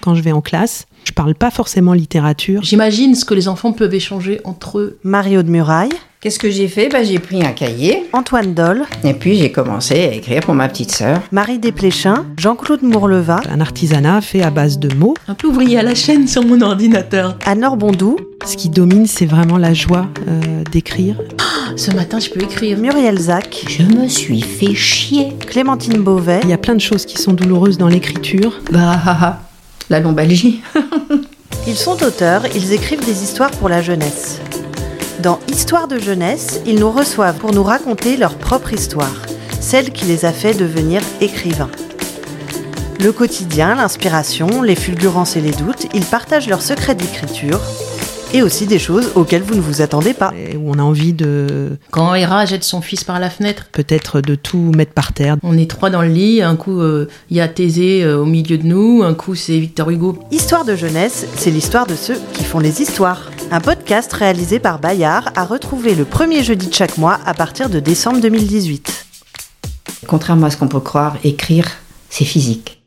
quand je vais en classe. Je parle pas forcément littérature. J'imagine ce que les enfants peuvent échanger entre eux. Mario de Muraille, Qu'est-ce que j'ai fait bah, J'ai pris un cahier Antoine Doll, et puis j'ai commencé à écrire pour ma petite sœur. Marie Desplechin, Jean-Claude Mourleva, Un artisanat fait à base de mots. Un peu ouvrier à la chaîne sur mon ordinateur. Anor Bondou, Ce qui domine, c'est vraiment la joie euh, d'écrire. Ah, Ce matin, je peux écrire. Muriel Zac, Je me suis fait chier. Clémentine Beauvais, Il y a plein de choses qui sont douloureuses dans l'écriture. Bah, ah, ah, la lombalgie. Ils sont auteurs, ils écrivent des histoires pour la jeunesse. Dans Histoire de jeunesse, ils nous reçoivent pour nous raconter leur propre histoire, celle qui les a fait devenir écrivains. Le quotidien, l'inspiration, les fulgurances et les doutes, ils partagent leurs secrets d'écriture et aussi des choses auxquelles vous ne vous attendez pas. Et où on a envie de Quand Hera jette son fils par la fenêtre, peut-être de tout mettre par terre. on est trois dans le lit. Un coup, euh, il y a Thésée euh, au milieu de nous. Un coup, c'est Victor Hugo. Histoire de jeunesse, c'est l'histoire de ceux qui font les histoires. Un podcast réalisé par Bayard à retrouver le premier jeudi de chaque mois à partir de décembre 2018. Contrairement à ce qu'on peut croire, écrire, c'est physique.